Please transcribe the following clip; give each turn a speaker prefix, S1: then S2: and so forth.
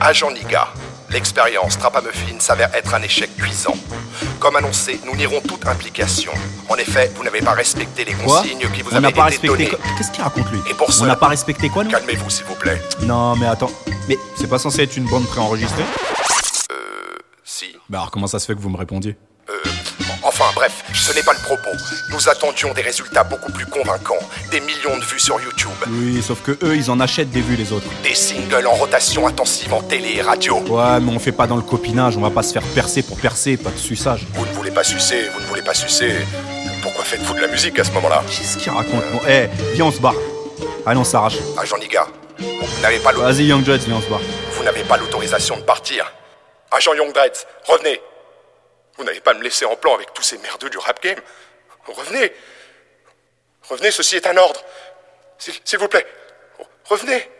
S1: Agent Niga, l'expérience Trapamuffin s'avère être un échec cuisant. Comme annoncé, nous nierons toute implication. En effet, vous n'avez pas respecté les
S2: Quoi
S1: consignes qui vous
S2: On n'a
S1: avaient
S2: pas
S1: été
S2: respecté.
S1: données.
S2: quoi Qu'est-ce qu'il raconte lui
S1: Et pour
S2: On
S1: cela-
S2: n'a pas respecté quoi nous
S1: Calmez-vous, s'il vous plaît.
S2: Non, mais attends. Mais c'est pas censé être une bande préenregistrée
S1: Euh. Si.
S2: Bah alors comment ça se fait que vous me répondiez
S1: Euh, enfin bref, ce n'est pas le propos. Nous attendions des résultats beaucoup plus convaincants, des millions de vues sur YouTube,
S2: Oui, sauf que eux, ils en achètent des vues les autres.
S1: des singles en rotation intensive en télé et radio.
S2: Ouais, mais on fait pas dans le copinage, on va pas se faire percer pour percer, pas de suçage.
S1: Vous ne voulez pas sucer, vous ne voulez pas sucer. Pourquoi faites-vous de la musique à ce moment-là
S2: Qu'est-ce qu'il raconte Bon, eh, viens, on se barre. Allez, on s'arrache.
S1: Agent Niga, vous n'avez pas l'au-
S2: Vas-y, Young Jets, viens, on se barre.
S1: vous n'avez pas l'autorisation de partir. Agent Young Dreads, revenez. Vous n'allez pas me laisser en plan avec tous ces merdeux du rap game. Revenez. Revenez, ceci est un ordre. S'il s'il vous plaît, revenez.